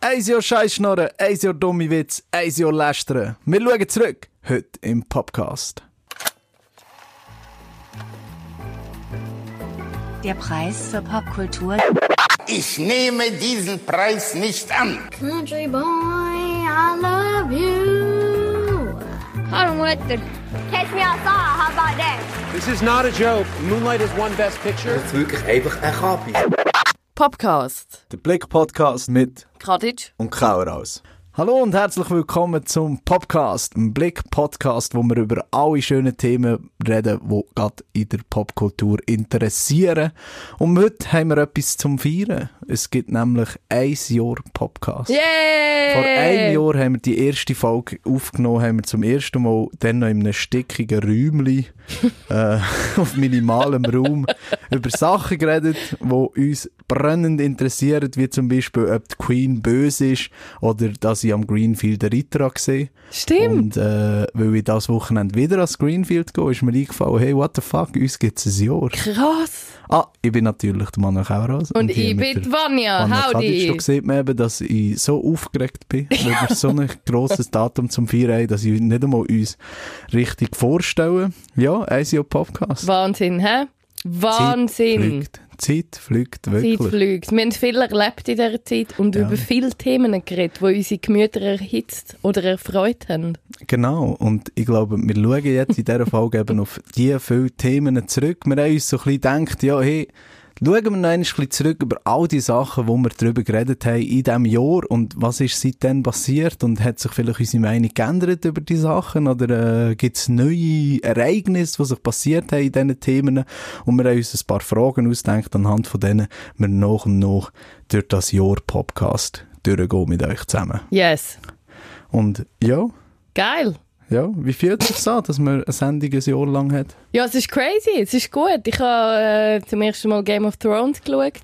Eins Jahr Scheißschnorren, eins Jahr dumme Witz, eins Jahr Lästern. Wir schauen zurück, heute im Podcast. Der Preis für Popkultur. Ich nehme diesen Preis nicht an. Country boy, I love you. I'm with the Catch me outside, how about that? This is not a joke. Moonlight is one best picture. ist wirklich einfach ein Kapi. Podcast. Der Blick-Podcast mit Kadic. und Kauraus. Hallo und herzlich willkommen zum Podcast, einem Blick-Podcast, wo wir über alle schönen Themen reden, die gerade in der Popkultur interessieren. Und heute haben wir etwas zum Feiern. Es gibt nämlich ein Jahr Podcast. Yay! Vor einem Jahr haben wir die erste Folge aufgenommen, haben wir zum ersten Mal dann noch in einem stickigen Räumchen, äh, auf minimalem Raum, über Sachen geredet, die uns brennend interessieren, wie zum Beispiel, ob die Queen böse ist oder dass ich am Greenfield den Ritter gesehen Stimmt. Und äh, weil ich das Wochenende wieder ans Greenfield gehe, ist mir eingefallen, hey, what the fuck, uns gibt es ein Jahr. Krass. Ah, ich bin natürlich der Manuel Kauras. Und, hier ich mit bin der- Vanja. Anna Kadic, Howdy. Da sieht man eben, dass ich so aufgeregt bin, weil wir so ein grosses Datum zum Feiern haben, dass ich nicht einmal uns richtig vorstellen. Ja, ICO Podcast. Wahnsinn, hä? Wahnsinn. Zeit fliegt. Zeit fliegt, Zeit wirklich. fliegt. Wir haben viel erlebt in dieser Zeit und über viele Themen geredet, die unsere Gemüter erhitzt oder erfreut haben. Genau. Und ich glaube, wir schauen jetzt in dieser Folge eben auf die vielen Themen zurück. Wir haben uns so ein bisschen gedacht, ja, hey, Schauen wir noch ein bisschen zurück über all die Sachen, wo wir darüber geredet haben in diesem Jahr und was ist seitdem passiert und hat sich vielleicht unsere Meinung geändert über die Sachen oder äh, gibt es neue Ereignisse, die sich passiert haben in diesen Themen und wir haben uns ein paar Fragen ausgedacht, anhand von denen wir nach und nach durch das Jahr Podcast durchgehen mit euch zusammen. Yes. Und ja, Geil. ja, wie fühlt sich das an, dass man eine Sendung ein Jahr lang hat? Ja, es ist crazy, es ist gut. Ich habe äh, zum ersten Mal Game of Thrones geschaut.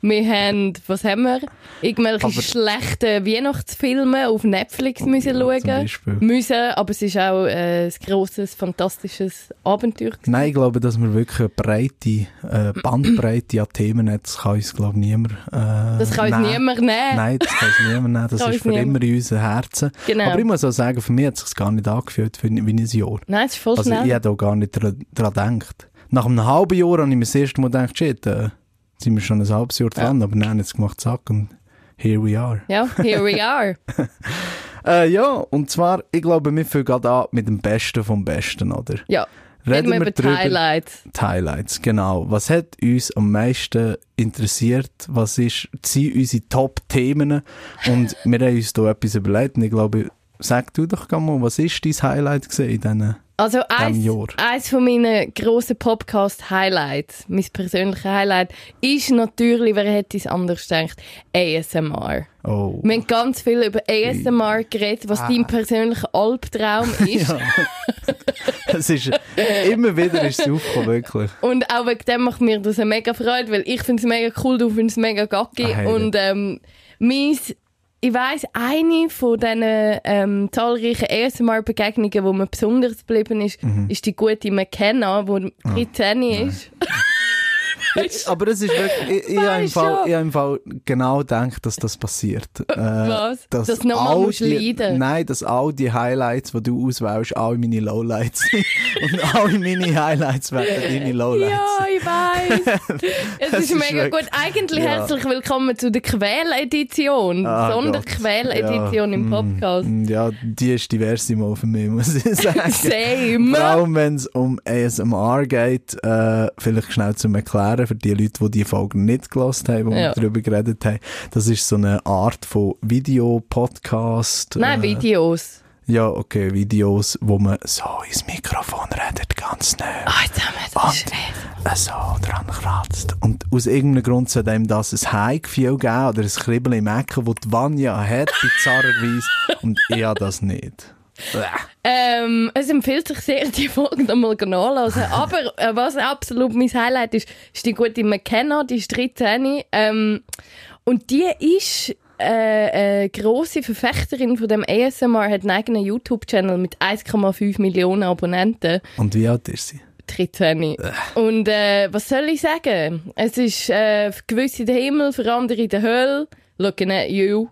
wir haben, was haben wir? Irgendwelche Aber- Oh, schlechten Weihnachtsfilme auf Netflix müssen zum schauen. Beispiel. Müssen, aber es ist auch äh, ein grosses, fantastisches Abenteuer. gewesen. Nein, ich glaube, dass wir wirklich eine breite äh, Bandbreite an Themen haben. Das kann uns, glaube ich, niemand äh, Das kann uns nehmen. niemand nehmen. Nein, das kann uns niemand nehmen. Das Kann ist uns für niemand. immer in unseren Herzen. Genau. Aber ich muss auch sagen, für mich hat es sich gar nicht angefühlt wie, wie ein Jahr. Nein, es ist voll Also schnell. ich hätte auch gar nicht dra- dran gedacht. Nach einem halben Jahr habe ich mir das erste Mal gedacht, shit, äh, sind wir schon ein halbes Jahr dran, aber nein, jetzt gemacht, zack, und here we are. Ja, here we are. Äh, ja, und zwar, ich glaube, wir fangen gerade an mit dem Besten vom Besten, oder? Ja. Reden wir über die drüber- Highlights. die Highlights, genau. Was hat uns am meisten interessiert? Was ist, sind unsere Top-Themen? Und wir haben uns da etwas überlegt und ich glaube, sag du doch gerne mal, was ist dein Highlight gewesen in diesen... Also eins, Jahr. eins von meinen grossen Podcast-Highlights, mein persönliches Highlight, ist natürlich, wer hätte es anders gedacht, ASMR. Oh, Wir haben ganz viel über ASMR geredet, Ah. was dein persönlicher Albtraum ist. es ist... Immer wieder ist es aufgekommen, wirklich. Und auch wegen dem macht mir das eine mega Freude, weil ich finde es mega cool, du findest es mega gacki. Ah, hey. und ähm, meins, ich weiss, eine von diesen ähm, zahlreichen ASMR-Begegnungen, wo mir besonders geblieben ist, Mhm. ist die gute McKenna, die Ah. 13 ist. Aber es ist wirklich... Ich, ich, Weisst habe im Fall, schon. ich habe im Fall genau gedacht, dass das passiert. Äh, Was? Dass du nochmal all musst die- leiden? Nein, dass all die Highlights, die du auswählst, all meine Lowlights sind. Und all meine Highlights werden deine Lowlights Ja, ich weiß. es oh, Das ist, ist mega wirklich- gut. Eigentlich Ja. herzlich willkommen zu der Quäledition, Ah, Sonderquäledition Gott. im Ja, Podcast. mm, Ja, die ist diverse Mal für mich, muss ich sagen. Vor Same. allem, wenn es um ASMR geht, äh, vielleicht schnell zum Erklären für die Leute, die die Folge nicht gelost haben, wo Ja. wir darüber geredet haben. Das ist so eine Art von Video-Podcast. Äh, Nein, Videos. Ja, okay, Videos, wo man so ins Mikrofon redet, ganz nah. Oh, jetzt haben wir das Und äh, so dran kratzt. Und aus irgendeinem Grund soll dem das ein High-Gefühl geben oder ein Kribbeln im Ecken, das die Vanja hat, bizarrerweise. Und ich habe das nicht. Ähm, es empfiehlt sich sehr, die Folge nochmal nachzulesen. Aber äh, was absolut mein Highlight ist, ist die gute McKenna, die ist 13. Ähm, und die ist äh, eine grosse Verfechterin von dem ASMR, hat einen eigenen YouTube-Channel mit 1,5 Millionen Abonnenten. Und wie alt ist sie? 13. Und äh, was soll ich sagen? Es ist äh, für gewisse der Himmel, für andere der Hölle, looking at you.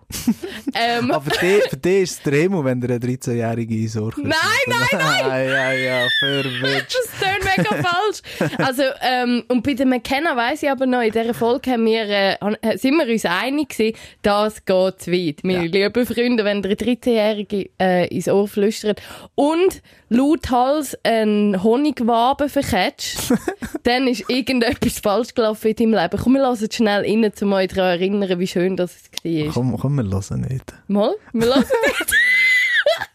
ähm, Aber die- für dich ist es der Himmel, wenn der 13-jährige Einsorg Nein, nein, nein! Ja, ja, verwirrt. Das tönt mega falsch. Also, ähm, und bei der McKenna weiss ich aber noch, in dieser Folge haben wir, äh, han- sind wir uns einig gewesen, das geht zu weit. Meine lieben Freunde, wenn der 13-Jährige äh, ins Ohr flüstert und laut Hals einen Honigwaben verketzt, dann ist irgendetwas falsch gelaufen in deinem Leben. Komm, wir lassen es schnell rein, um euch daran zu erinnern, wie schön das war. Komm, komm, wir hören nicht. Mal, wir lassen es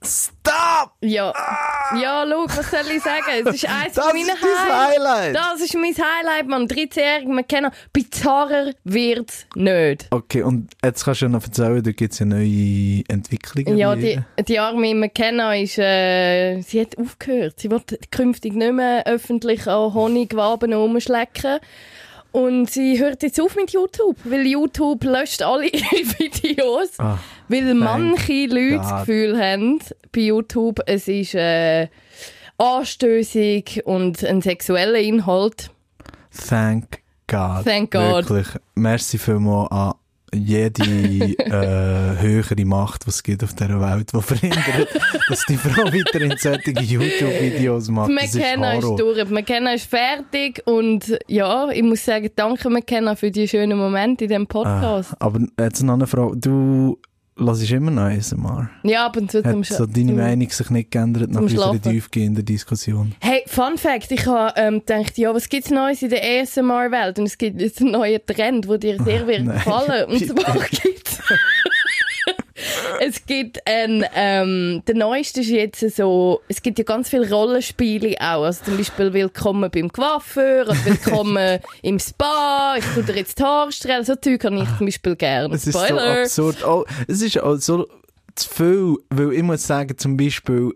Stop! Ja. Ja, Luke, was soll ich sagen? Es ist eins Das meiner ist dein Highlight. Das ist mein Highlight, man. 13-Jährige, man kennt Bizarrer wird's nicht. Okay, und jetzt kannst du ja noch erzählen, da gibt es ja neue Entwicklungen. Ja, wie- die, die arme McKenna ist, äh, sie hat aufgehört. Sie wird künftig nicht mehr öffentlich an Honigwaben rumschlecken. Und sie hört jetzt auf mit YouTube, weil YouTube löscht alle ihre Videos. Ah, Weil manche Leute Gott. das Gefühl haben, bei YouTube, es ist äh, anstößig und ein sexueller Inhalt. thank God. Thank God. Wirklich. Merci vielmals an jede äh, höhere Macht, die es gibt auf dieser Welt, die verhindert, dass die Frau weiterhin solche YouTube-Videos macht. Die Das ist McKenna ist, Horror. durch, die McKenna ist fertig und ja, ich muss sagen, danke McKenna für die schönen Momente in Ah. diesem Podcast. Aber jetzt noch eine Frage. Du hörst immer noch ASMR. Ja, ab und zu Hat zum Sch- so deine zum- Meinung sich nicht geändert nach zum unserer Schlafen. tiefgehenden Diskussion? Hey, Fun Fact, ich habe ähm, gedacht, ja, was gibt's Neues in der ASMR-Welt? Und es gibt jetzt einen neuen Trend, der dir sehr wird Ah, nein. gefallen. Und zwar gibt's... es gibt ein... Ähm, der neueste ist jetzt so... Es gibt ja ganz viele Rollenspiele auch. Also zum Beispiel «Willkommen beim Coiffeur» oder «Willkommen im Spa», «Ich tu dir jetzt die Haare strählen». So Zeug habe ich zum Beispiel gerne. Ah, Es ist so absurd. Oh, es ist auch so zu viel, weil ich muss sagen, zum Beispiel,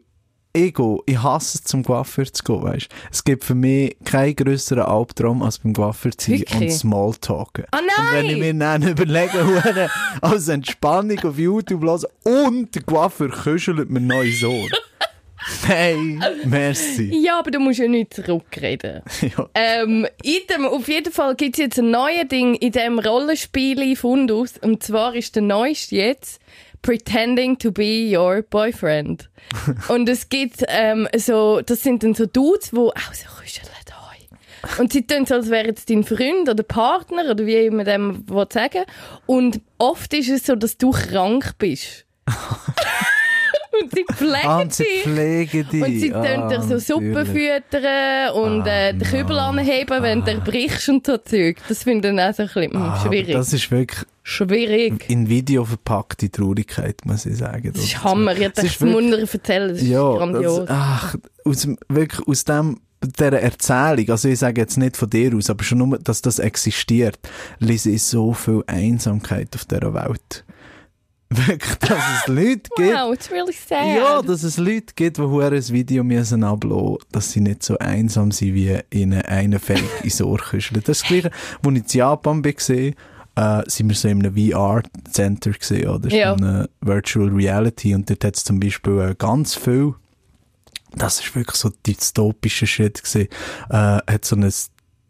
Ego, ich hasse es, zum Coiffeur zu gehen, weißt Es gibt für mich keinen grösseren Albtraum, als beim Coiffeur zu sein Wirklich? und Smalltalken. Ah, nein! Und wenn ich mir dann überlege, hure, als Entspannung auf YouTube hören und der Coiffeur küschelt mir neues Ohr. Hey, merci. Ja, aber du musst ja nicht zurückreden. Ja. Ähm, in dem, auf jeden Fall gibt es jetzt ein neues Ding in dem Rollenspiel Fundus. Und zwar ist der neueste jetzt Pretending to be your boyfriend. und es gibt ähm, so, das sind dann so Dudes, die auch so kuscheln haben. Und sie tun so, als wären es dein Freund oder Partner oder wie immer dem will sagen Und oft ist es so, dass du krank bist. und sie pflegen Und sie dich. pflegen dich. Und sie Ah, tun dir so Suppe natürlich. Ah, füttern und äh, den Kübel anheben, wenn du brichst und so Zeug. Das finde ich dann auch so ein bisschen hm, Ah, aber schwierig. Das ist wirklich schwierig. in Video verpackte Traurigkeit, muss ich sagen. Das ist Hammer. Ich Es dachte, ist das wirklich- muss ich erzählen. Das ist Ja, grandios. das, äh, ach, aus, dem- wirklich aus dem, dieser Erzählung, also ich sage jetzt nicht von dir aus, aber schon nur, dass das existiert, lese ich so viel Einsamkeit auf dieser Welt. Wirklich, dass es Leute gibt, wow, it's really sad. ja, dass es Leute gibt, die hure ein Video müssen ablassen dass sie nicht so einsam sind, wie ihnen einer fällt ins Ohr küschelt. Das ist das Gleiche, als ich in Japan war, äh, sind wir so in einem VR-Center gesehen oder Ja. in einer Virtual Reality und dort hat es zum Beispiel äh, ganz viel das ist wirklich so dystopischer Shit gewesen. Äh, hat so eine,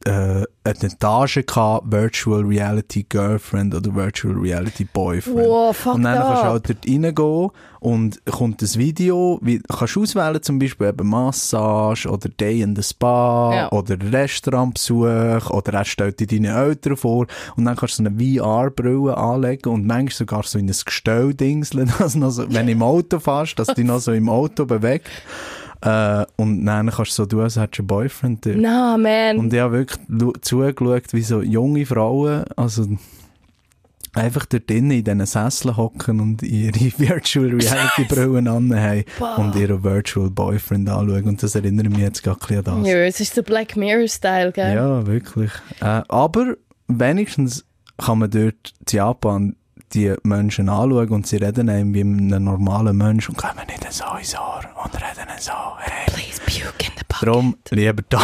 äh, eine Etage gehabt, Virtual Reality Girlfriend oder Virtual Reality Boyfriend. Wow, fuck und dann kannst du up. halt dort reingehen und kommt das Video, wie, kannst du auswählen, zum Beispiel eben Massage oder Day in the Spa Ja. oder Restaurantbesuch oder er stellt dir deine Eltern vor und dann kannst du so eine VR-Brille anlegen und manchmal sogar so in ein Gestell dingseln, dass noch so, wenn du im Auto fährst, dass dich noch so im Auto bewegt. Äh, und dann kannst du so tun, als hättest du einen Boyfriend. dort. Na, man. Und ich habe wirklich lu- zugeschaut, wie so junge Frauen, also einfach dort drinnen in diesen Sesseln hocken und ihre Virtual Reality Brillen anhaben und ihren Virtual Boyfriend anschauen. Und das erinnert mich jetzt gerade ein bisschen an das. ja, es ist der Black Mirror-Style, gell? Ja, wirklich. Äh, aber wenigstens kann man dort in Japan die Menschen anschauen und sie reden einem wie einem normalen Mensch und kommen nicht so ins Ohr und reden so. Hey. Please puke in the pocket. Darum, lieber da.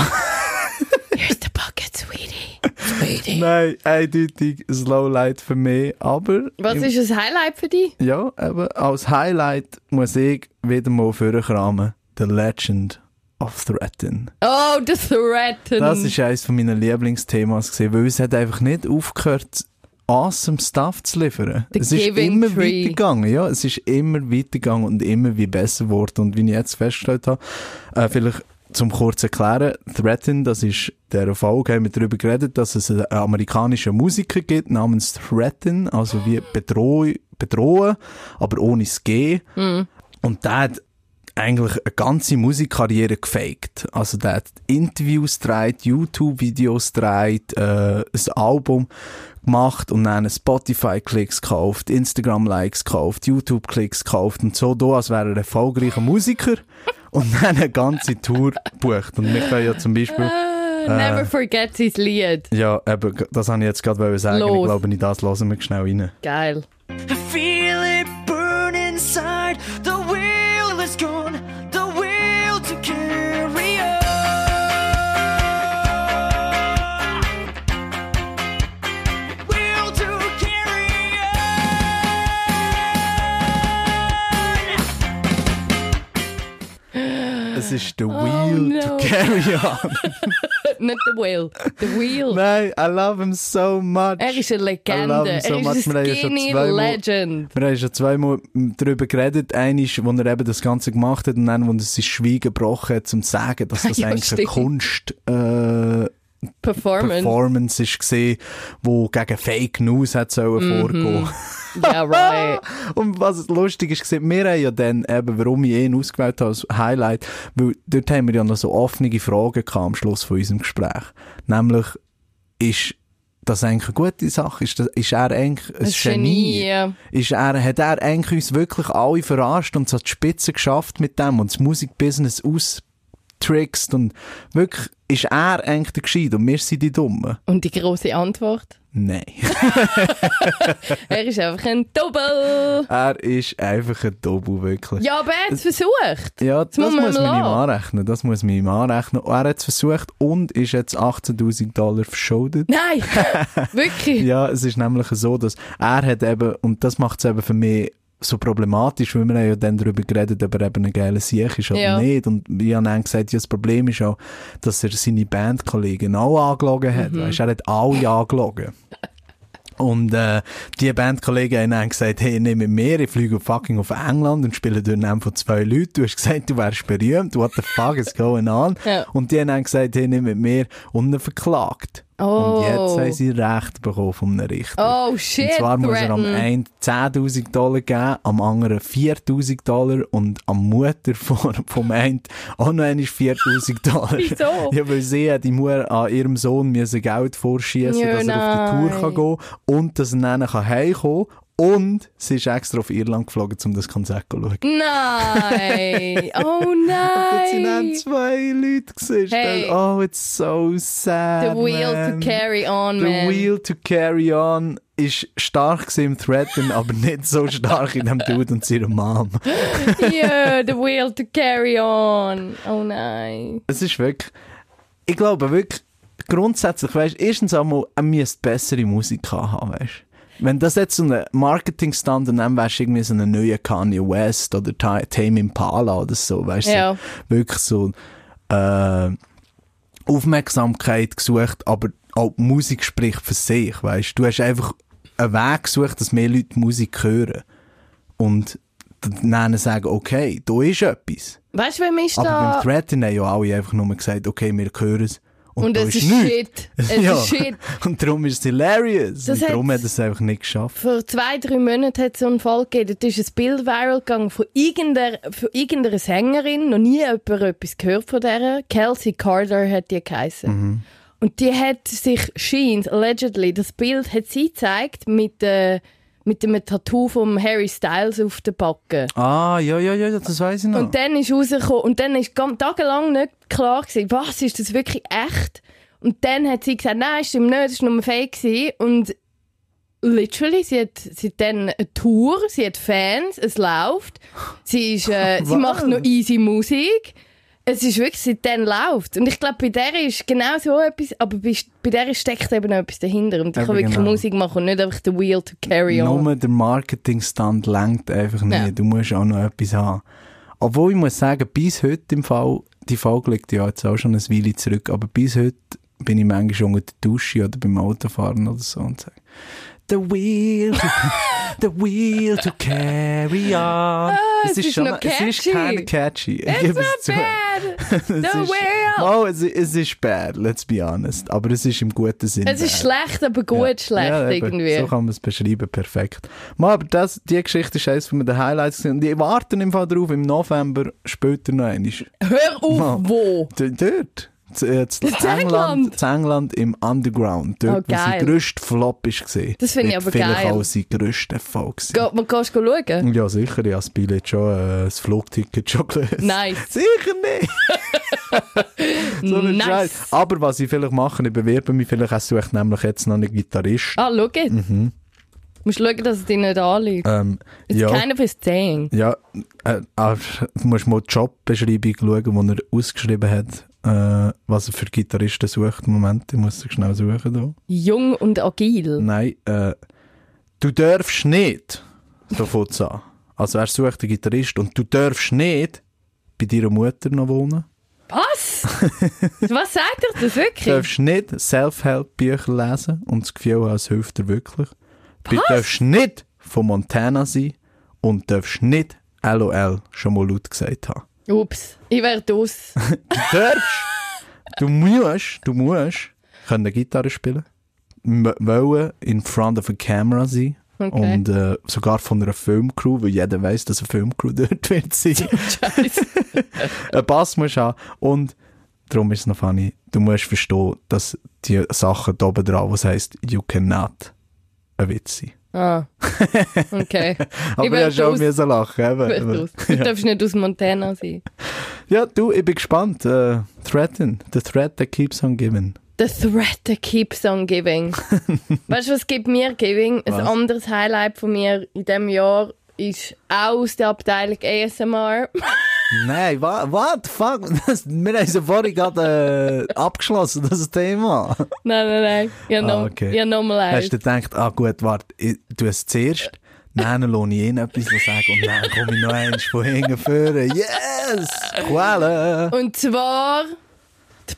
Here's the pocket, sweetie. Nein, eindeutig Slowlight für mich. Aber Was ist ein Highlight für dich? ja, eben als Highlight muss ich wieder mal vorkramen. The Legend of Threaten. Oh, The Threaten. Das ist eines meiner Lieblingsthemen, weil es hat einfach nicht aufgehört, awesome Stuff zu liefern. The es ist Giving immer Tree. weitergegangen, ja. Es ist immer weitergegangen und immer wie besser wurde. Und wie ich jetzt festgestellt habe, äh, vielleicht zum kurz erklären, Threaten, das ist der Erfolg, haben wir darüber geredet, dass es einen amerikanischen Musiker gibt namens Threaten, also wie bedroh bedrohen, aber ohne das G. Und der hat eigentlich eine ganze Musikkarriere gefaked. Also der hat Interviews gedreht, YouTube-Videos gedreht, äh, ein Album gemacht und dann Spotify-Klicks gekauft, Instagram-Likes gekauft, YouTube-Klicks gekauft und so da, als wäre er erfolgreicher Musiker und dann eine ganze Tour gebucht. Und wir können ja zum Beispiel... Ah, Never äh, forget his Lied. Ja, eben, das habe ich jetzt gerade wollen sagen. Ich Los. glaube, in das hören wir schnell rein. Geil. Feel it burn inside. The will is gone. The will to carry on. Will to carry on. Es ist «The Wheel Oh no. to Carry On». Nicht The Will. The Will. Nein, I love him so much. Er ist eine Legende. I love him er so much. ist Wir haben eine ja schon skinny zweimal- Legend. Wir haben schon zweimal darüber geredet. Einmal, wo er eben das Ganze gemacht hat und dann, wo er sein Schweigen gebrochen hat, um zu sagen, dass das Ja, eigentlich eine stimmt. Kunst, äh, Performance. Performance ist gesehen, wo gegen Fake News hat sollen Mhm. vorgehen. yeah, right. Ah! Und was lustig ist, gesehen, wir haben ja dann eben, warum ich ihn ausgewählt habe als Highlight, weil dort haben wir ja noch so offene Fragen gehabt am Schluss von unserem Gespräch. Nämlich, ist das eigentlich eine gute Sache? Ist, das, ist er eigentlich ein, Ein Genie? Genie, ja. Ist er, hat er eigentlich uns wirklich alle verarscht und so die Spitze geschafft mit dem und das Musikbusiness austrickst und wirklich, ist er eigentlich der Gescheit und wir sind die Dummen? Und die große Antwort? Nein. Er ist einfach ein Double. er ist einfach ein Dobu, wirklich. Ja, aber er hat es versucht. Ja, das, Das muss man muss ihm man ihm lassen. anrechnen. Das muss man ihm anrechnen. Und Er hat es versucht und ist jetzt 18.000 Dollar verschuldet. Nein, wirklich. Ja, es ist nämlich so, dass er hat eben, und das macht es eben für mich so problematisch, weil wir haben ja dann darüber geredet, ob er eben ein geiler Sieg ist oder Ja. nicht. Und ich habe dann gesagt, ja, das Problem ist auch, dass er seine Bandkollegen auch angelogen hat. Mhm. Weißt, er hat alle angelogen. Und äh, die Bandkollegen haben dann gesagt, hey, nimm mit mir, ich fliege fucking auf England und spiele dort einen von zwei Leuten. Du hast gesagt, du wärst berühmt, what the fuck is going on? Ja. Und die haben dann gesagt, hey, nimm mit mir und ihn verklagt. Oh. Und jetzt haben sie Recht bekommen vom Richter. Oh shit, Und zwar muss er am Threaten. einen 10'000 Dollar geben, am anderen 4'000 Dollar und am Mutter von, vom einen auch noch einmal 4'000 Dollar. Wieso? Ja, weil sie hat die Mutter an ihrem Sohn müssen Geld vorschießen, Ja, dass er auf die Tour nein. kann gehen und dass er dann kann heimkommen und sie ist extra auf Irland geflogen, um das Konzert zu schauen. Nein. Oh Jetzt sind dann nein. zwei Leute gesehen. Hey. Oh, it's so The sad, wheel man. to carry on, The man. Wheel to Carry On ist stark gewesen im Threaten, aber nicht so stark in dem Dude und seiner Mom. yeah, the wheel to carry on. Oh nein. Es ist wirklich, ich glaube wirklich, grundsätzlich, weißt du, erstens einmal, er müsste bessere Musik haben, weißt du. Wenn das jetzt so ein Marketingstand und dann wärst du irgendwie so ein neuer Kanye West oder Ta- Tame Impala oder so, weißt du. Ja. So, wirklich so, äh, Aufmerksamkeit gesucht, aber auch die Musik spricht für sich, weißt du. Du hast einfach einen Weg gesucht, dass mehr Leute Musik hören. Und dann sagen, okay, da ist etwas. Weißt du, wer mich Aber beim da. Threaten haben ja alle einfach nur gesagt, okay, wir hören es. Und, Und da es ist nichts. shit. Es ist shit. Und darum ist es hilarious. Das und darum hat- hat er es einfach nicht geschafft. Vor zwei, drei Monaten hat es so einen Fall gegeben, da ist ein Bild viral gegangen von irgendeiner, von irgendeiner Sängerin, noch nie jemand etwas gehört von der. Kelsey Carter hat die geheissen. Und die hat sich, scheint, allegedly, das Bild hat sie gezeigt mit, äh, mit einem Tattoo von Harry Styles auf der Backe. Ah, ja, ja, ja, das weiß ich noch. Und dann ist rausgekommen und dann ist ganz tagelang nicht klar gewesen, was ist das wirklich echt? Und dann hat sie gesagt, nein, stimmt nicht, das war nur fake gewesen. Und literally, sie hat, sie hat dann eine Tour, sie hat Fans, es läuft. Sie ist, äh, sie Was? macht noch easy Musik. Es ist wirklich, seitdem läuft Und ich glaube, bei der ist genau so etwas, aber bei, bei der steckt eben noch etwas dahinter. Und ich Eben kann wirklich genau. Musik machen und nicht einfach the wheel to carry on. Nur der Marketingstand lenkt einfach nicht. Ja. Du musst auch noch etwas haben. Obwohl ich muss sagen, bis heute im Fall, die Folge liegt ja jetzt auch schon eine Weile zurück, aber bis heute bin ich manchmal schon unter der Dusche oder beim Autofahren oder so und sage, The wheel, to, the wheel to carry on. Ah, es ist noch Es catchy. ist keine catchy. Ich It's gebe not es zu. bad. Es ist, wheel. Mal, es, es ist bad, let's be honest. Aber es ist im guten Sinn. Es ist bad. schlecht, aber gut schlecht Ja, eben. irgendwie. So kann man es beschreiben, perfekt. Mal, aber das, die Geschichte ist eines von den Highlights. gewesen. Und die warten im Fall drauf, im November später noch einmal. Hör auf, Mal. wo? D dort. Z, äh, z In England, England. Z England im Underground. Dort, Oh, wo geil. sein grösster Flop war. Das finde ich aber geil. Vielleicht auch sein grösster Erfolg. gewesen. Geht, man kannst schauen. Ja, sicher. Ich habe das Billett schon, äh, das Flugticket schon gelöst. Nice. Sicher nicht. so ein Nice. Scheiß. Aber was ich vielleicht mache, ich bewerbe mich vielleicht, ich suche nämlich jetzt noch einen Gitarrist. Ah, schau jetzt. Mhm. musst schauen, dass es dir nicht anliegt. Ähm, It's ja. kind of a thing. Ja, äh, aber du musst mal die Jobbeschreibung schauen, die er ausgeschrieben hat, äh, was er für Gitarristen sucht. Moment, ich muss es schnell suchen. Da. Jung und agil. Nein, äh, du darfst nicht, so fängt an. Also er sucht einen Gitarrist und du darfst nicht bei deiner Mutter noch wohnen. Was? Was sagt ihr das Du wirklich? darfst nicht Self-Help-Bücher lesen und das Gefühl haben, es hilft dir wirklich. Du darfst nicht von Montana sein und darfst nicht LOL schon mal laut gesagt haben. Ups, ich wäre aus. darfst. Du musst, du musst können Gitarre spielen, m- wollen in front of a camera sein Okay. und äh, sogar von einer Filmcrew, weil jeder weiß, dass eine Filmcrew dort wird sein. Scheiße. Ein Bass musst du haben und darum ist es noch funny, du musst verstehen, dass die Sachen da oben dran, was heisst, you cannot, ein Witz sein. Ah. Okay. Aber ich, werd ich schon aus- müssen lachen. Ich werd Eben. aus. Du darfst nicht aus Montana sein. Ja, du, ich bin gespannt. Äh, threaten, the threat that keeps on giving. The threat that keeps on giving. weißt du, was gibt mir Giving? Ein Was? anderes Highlight von mir in diesem Jahr ist auch aus der Abteilung ASMR. Nein, wa what? Fuck, das, wir haben ja vorhin gerade äh, abgeschlossen, das Thema. nein, nein, nein. Ja, Ah, no, okay. ja nochmal Hast eins. du gedacht, ah gut, warte, ich tu es zuerst, dann lasse ich ihnen etwas sagen und dann komme ich noch eins von hinten führen. Yes! Quelle! Und zwar die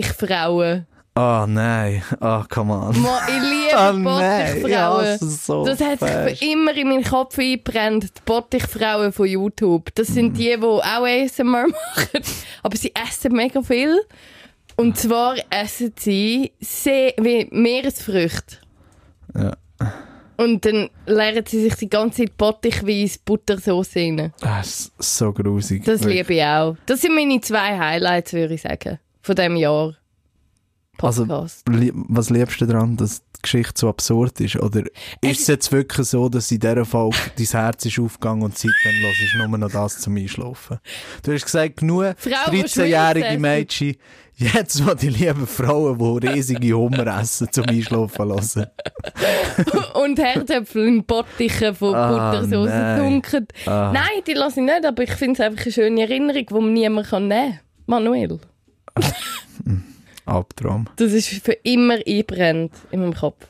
Bottichfrauen. Oh nein, oh come on. Mo, Ich liebe Oh nein, ich Bottichfrauen. hasse es so das hat sich fest. für immer in meinen Kopf eingebrannt. Die Bottichfrauen von YouTube. Das Mm. sind die, die auch ASMR machen. Aber sie essen mega viel. Und zwar essen sie See wie Meeresfrüchte. Ja. Und dann leeren sie sich die ganze Zeit Bottichweiss Buttersauce rein. Das ist so grusig. Das liebe ich auch. Das sind meine zwei Highlights, würde ich sagen, von diesem Jahr. Also, Podcast. li- was liebst du daran, dass die Geschichte so absurd ist? Oder ist es jetzt wirklich so, dass in dieser Folge dein Herz ist aufgegangen und seitdem los ist nur noch das zum Einschlafen? Du hast gesagt, genug Frau, die 13-jährige Schweiz Mädchen, jetzt wo die lieben Frauen, die riesige Hummer essen, zum Einschlafen hören. Und Herdäpfel in Bottichen von Ah, Buttersauce nein. Ah. getunken. Nein, die lasse ich nicht, aber ich finde es einfach eine schöne Erinnerung, die man niemand kann nehmen kann. Manuel. Albtraum. Das ist für immer einbrennt in meinem Kopf.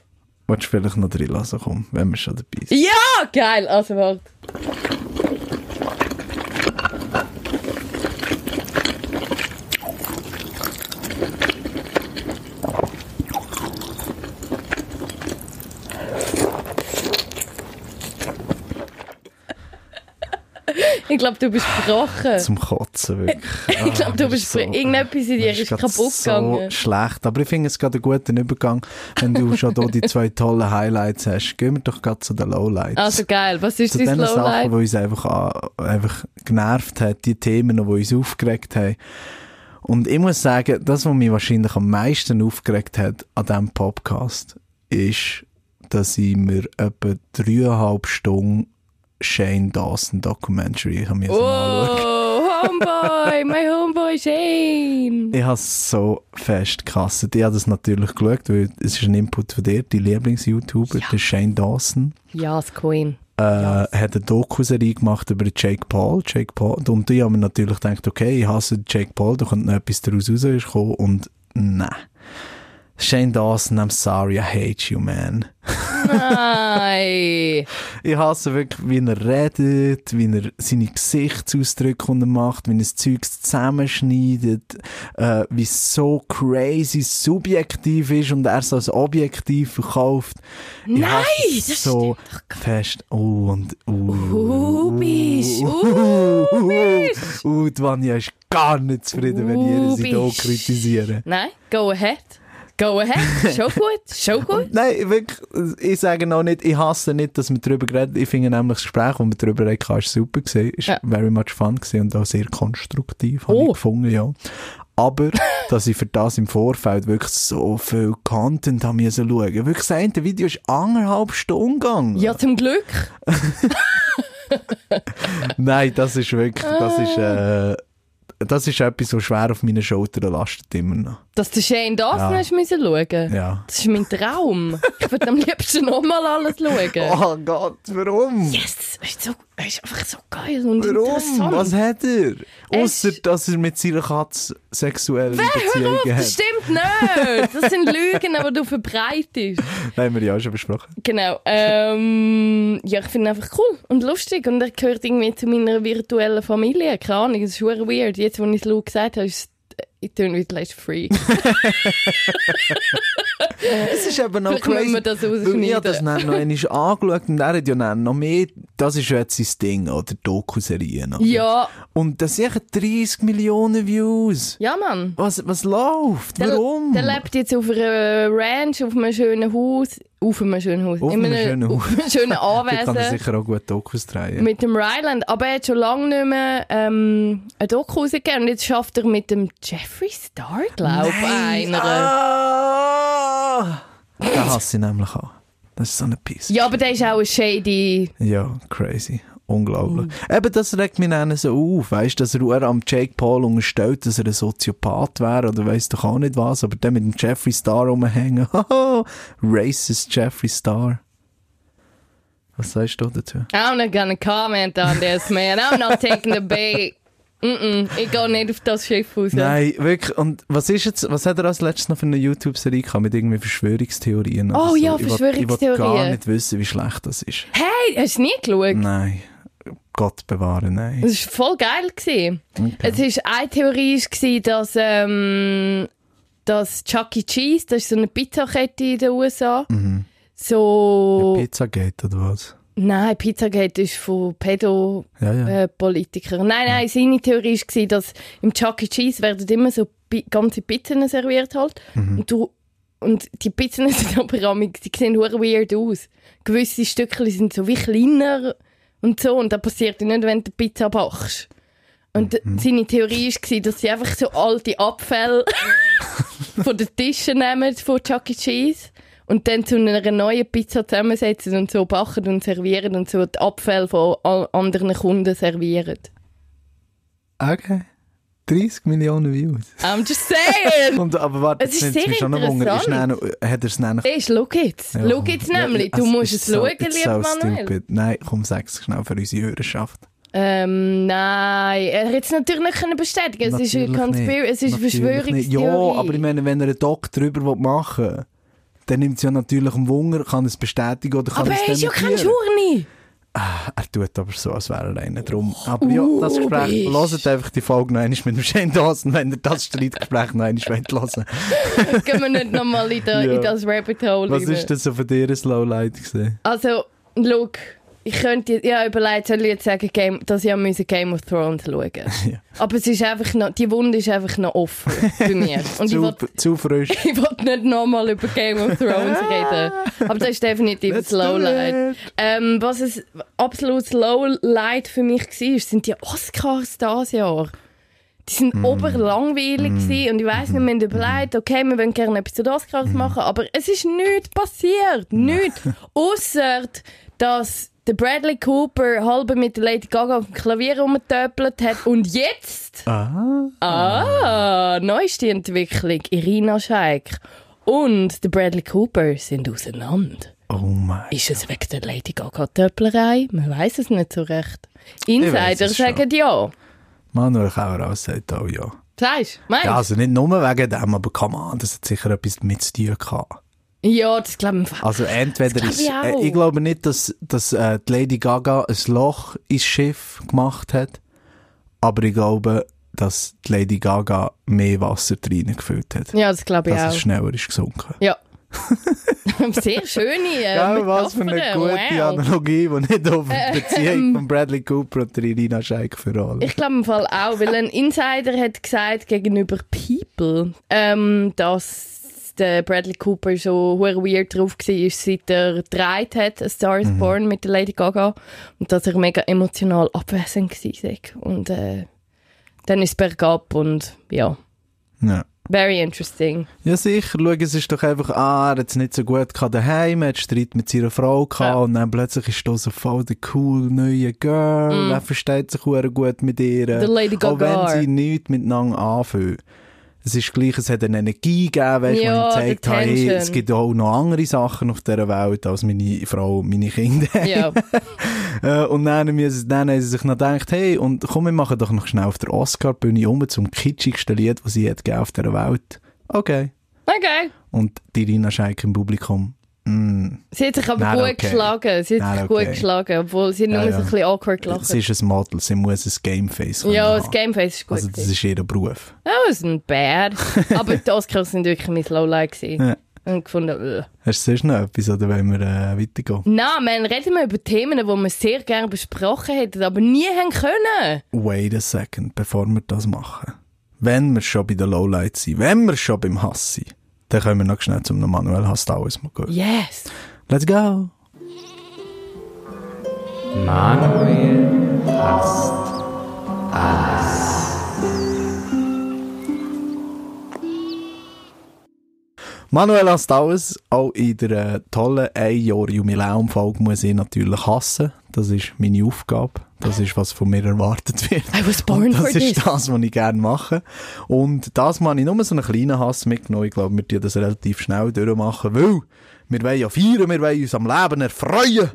Willst du vielleicht noch reinlassen kommen, wenn wir schon dabei sind? Ja, geil! Also warte. Ich glaube, du bist gebrochen. Zum Kotzen, wirklich. Ich glaube, du bist für irgendetwas in dir Das ist grad kaputt so gegangen. schlecht. Aber ich finde es gerade einen guten Übergang, wenn du schon hier die zwei tollen Highlights hast. Gehen wir doch gerade zu den Lowlights. Also geil, was ist zu den dein Sachen, Lowlight? die uns einfach, an- einfach genervt hat, die Themen, die uns aufgeregt haben. Und ich muss sagen, das, was mich wahrscheinlich am meisten aufgeregt hat an diesem Podcast, ist, dass ich mir etwa dreieinhalb Stunden Shane Dawson Documentary ich musste anschauen. Oh, Homeboy, mein Homeboy Shane. Ich habe es so fest gehasst. Ich habe das natürlich geschaut, weil es ist ein Input von dir, die Lieblings-YouTuber, der Shane Dawson. Ja, das Queen. äh, hat eine Doku-Serie gemacht über Jake Paul. Jake Paul. Und die haben wir natürlich gedacht, okay, ich hasse Jake Paul, da könnte noch etwas daraus rauskommen. Und nein. Shane Dawson, I'm sorry, I hate you, man. Nein. Ich hasse wirklich, wie er redet, wie er seine Gesichtsausdrücke und er macht, wie er das Zeug zusammenschneidet, äh, wie es so crazy subjektiv ist und er es als objektiv verkauft. Ich Nein, hasse es das so fest. Oh, und Oh, uh. Ubisch. oh, Ubisch. Uh, die Vanja ist gar nicht zufrieden, wenn ihr sie hier Ubisch. kritisieren. Nein, go ahead. Go ahead. Schon gut. Schon gut. Nein, wirklich, ich sage noch nicht, ich hasse nicht, dass wir darüber reden. Ich finde nämlich das Gespräch, das wir darüber reden haben, ist super gewesen. Ist Ja. very much fun gewesen und auch sehr konstruktiv, habe Oh. ich gefunden, ja. Aber, dass ich für das im Vorfeld wirklich so viel Content haben müssen schauen. Wirklich, das eine Video ist anderthalb Stunden gegangen. Ja, zum Glück. Nein, das ist wirklich, das ist, Ah. äh, das ist etwas, was schwer auf meinen Schultern lastet immer noch. Dass der Shane Dawson Ja. hast müssen schauen. Ja. Das ist mein Traum. Ich würde am liebsten nochmal alles schauen. Oh Gott, warum? Yes, das ist, so, das ist einfach so geil und Warum? interessant. Was hat er? Es- Außer, dass er mit seiner Katze sexuelle Hör auf, Beziehungen das hat. stimmt nicht. Das sind Lügen, die du verbreitest. Nein, wir haben ja auch schon besprochen. Genau. Ähm, ja, ich finde ihn einfach cool und lustig und er gehört irgendwie zu meiner virtuellen Familie. Keine Ahnung, das ist schon weird. Jetzt, wo ich es Lou gesagt habe, ist es, äh, ich tue wie der letzte Freak. Es ist eben noch Vielleicht crazy. müssen wir das weil ich habe das dann rausschneiden. noch einmal angeschaut und er hat ja dann noch mehr, das ist jetzt sein Ding, oder Dokuserien. oder? ja, Und das sind 30 Millionen Views. ja, Mann. Was, was läuft? Warum? Der lebt jetzt auf einer Ranch, auf einem schönen Haus. Auf einem schönen Haus. Auf In einem schönen auf Haus. einem schönen ich kann er Anwesen. sicher auch gut Dokus drehen. Mit dem Ryland. Aber er hat schon lange nicht mehr ähm, ein Doku rausgegeben. Und jetzt schafft er mit dem Jeffree Star, glaube ich, Nein, einer. Ah! Den hasse ich nämlich auch. Das ist so eine Pisse. Ja, aber der ist auch ein shady. Ja, crazy. Unglaublich. Mm. Eben, das regt mich dann so auf, weißt dass er auch am Jake Paul unterstellt, dass er ein Soziopath wäre oder weiss doch auch nicht was, aber dann mit dem Jeffree Star rumhängen. Haha, Racist Jeffree Star. Was sagst du dazu? I'm not gonna comment on this, man. I'm not taking the bait. Mm -mm, ich gehe nicht auf das Schiff raus. Nein, wirklich. Und was ist jetzt, was hat er als letztes noch für eine YouTube-Serie gehabt mit irgendwie Verschwörungstheorien? oder Oh ja, Ich will- Ich will gar Verschwörungstheorien. nicht wissen, wie schlecht das ist. Hey, hast du nie geschaut? Nein. Gott bewahre, nein. Das war voll geil. Gewesen. Es ist, eine Theorie war, dass, ähm, dass Chuck E. Cheese, das ist so eine Pizzakette in den USA, Mhm. so... Pizza geht oder was? nein, Pizzagate ist von Pedo... Ja, ja. Äh, Politiker. Nein, nein, seine Theorie war, dass im Chuck E. Cheese werden immer so Pi- ganze Pizzen serviert halt. Und, du, und die Pizzen sind aber amig, die sehen hure weird aus. Gewisse Stückchen sind so wie kleiner und so. Und das passiert ja nicht, wenn du die Pizza backst. Und seine Theorie war, dass sie einfach so alte Abfälle von den Tischen nehmen, von Chuck E. Cheese. Und dann zu einer neuen Pizza zusammensetzen und so backen und servieren und so die Abfälle von a- anderen Kunden servieren. Okay. 30 Millionen Views. I'm just saying! Und, aber warte, Es jetzt ist nimmt es sehr mich schon noch Wunder. Ist interessant. dann- Hat er es dann Hey, schau jetzt. Ja, Schau komm. jetzt Ja, nämlich. Du musst ist es schauen, it's lieber Manuel. stupid. Nein, komm, sag's schnell für unsere Hörerschaft. Ähm, nein. Er hätte es natürlich nicht können bestätigen Es ist eine Natürlich Conspiracy, nicht. es ist eine Natürlich nicht. Verschwörungstheorie. Ja, aber ich meine, wenn er einen Doc drüber machen will, dann nimmt es ja natürlich einen Wunder, kann es bestätigen oder kann Aber es er ist ja kein dementieren. Journey. Er tut aber so, als wäre er einer. Drum. Aber ja, das Gespräch, Oh, bist. hört einfach die Folge noch einmal mit dem Shane Dawson, wenn ihr das Streitgespräch noch einmal hören wollt. Gehen wir nicht nochmal in, da- Ja. in das Rabbit Hole Was rein. ist denn so für dir ein Lowlight gewesen? Also, schau, ich könnte jetzt- ich habe überlegt, soll ich jetzt sagen, Game, dass ich müsse Game of Thrones schauen Ja. Aber es ist einfach noch, die Wunde ist einfach noch offen bei mir. Und ich Zu, wollte zu frisch. ich wollt nicht nochmal über Game of Thrones reden. Aber das ist definitiv Ah. Let's ein do Lowlight. it. Ähm, was ein absolutes Lowlight für mich war, sind die Oscars dieses Jahr. Die sind oberlangweilig gewesen und ich weiss nicht, wir haben überlegt, okay, wir wollen gerne etwas zu den Oscars machen, aber es ist nichts passiert. Nichts. Ausser, dass der Bradley Cooper halb mit der Lady Gaga auf dem Klavier rumgetöpelt hat und jetzt Ah. Ah, neueste Entwicklung. Irina Scheik und der Bradley Cooper sind auseinander. Oh mein. Ist es wegen der Lady Gaga-Töpplerei? Man weiß es nicht so recht. weiss Insider es schon. sagen ja. Manuel Kauer sagt auch ja. Sagst du? Meinst Ja, du? also nicht nur wegen dem, aber come on, das hat sicher etwas mit zu tun gehabt. Ja, das glaube ich. Also entweder Das ist, glaub ich äh, auch. ich glaube nicht, dass, dass äh, die Lady Gaga ein Loch ins Schiff gemacht hat, aber ich glaube, dass die Lady Gaga mehr Wasser drin gefüllt hat. ja, das glaube ich dass auch. es schneller ist gesunken. Ja. Sehr schöne. Äh, Ja, was für eine Metaphern, gute wow. Analogie, die nicht auf die Beziehung von Bradley Cooper und Irina Scheik verhalten. Ich glaube im Fall auch, weil ein Insider hat gesagt gegenüber People, ähm, dass der Bradley Cooper so hure weird drauf war, seit er gedreht hat, A Star Mhm. is Born mit der Lady Gaga und dass er mega emotional abwesend war. Und äh, dann ist es bergab und ja, Ja. very interesting. ja, sicher. Schau, es ist doch einfach, ah, er hat es nicht so gut gehabt daheim, er hat Streit mit seiner Frau gehabt Ja. und dann plötzlich ist da so voll der cool neue Girl, er versteht sich hure gut mit ihr. Mm. The Lady Auch Gaga. wenn sie nichts miteinander anfühlen. Es ist gleich, es hat eine Energie gegeben, weißt, Ja, wo ich gezeigt die habe, hey, Tension. es gibt auch noch andere Sachen auf dieser Welt als meine Frau und meine Kinder. Ja, Äh, und dann, müssen, dann haben sie sich noch gedacht, hey, und komm, wir machen doch noch schnell auf der Oscar-Bühne um zum kitschigsten Lied, das sie hat gegeben auf dieser Welt. Okay. okay. Und die Rina Scheik im Publikum. Mm, Sie hat sich aber Nein, gut okay. geschlagen. Sie hat Nein, sich okay. gut geschlagen, obwohl sie nur Ja, so ja. ein bisschen awkward gelacht es hat. ist ein Model, sie muss ein Gameface können Ja, haben. das Gameface ist gut. Also das gewesen. ist ihr Beruf. Oh, ist ein Bär. Aber die Oscars sind wirklich mein Lowlight gewesen. Ja. Und gefunden, äh. Hast du sonst noch etwas, oder wollen wir äh, weitergehen? Nein, man, reden wir über Themen, die wir sehr gerne besprochen hätten, aber nie haben können. Wait a second, bevor wir das machen. Wenn wir schon bei den Lowlights sind, wenn wir schon beim Hass sind, dann können wir noch schnell zum Manuel Hass alles mal gehen. Yes. Let's go! Manuel hasst alles. Auch in der äh, tollen 1 Jahr Jubiläumfolge muss ich natürlich hassen. Das ist meine Aufgabe. Das ist, was von mir erwartet wird. I was born Und das for ist this. das, was ich gerne mache. Und das mache ich nur so einen kleinen Hass mitgenommen. Ich glaube, wir tun das relativ schnell durchmachen, weil wir wollen ja feiern, wir wollen uns am Leben erfreuen.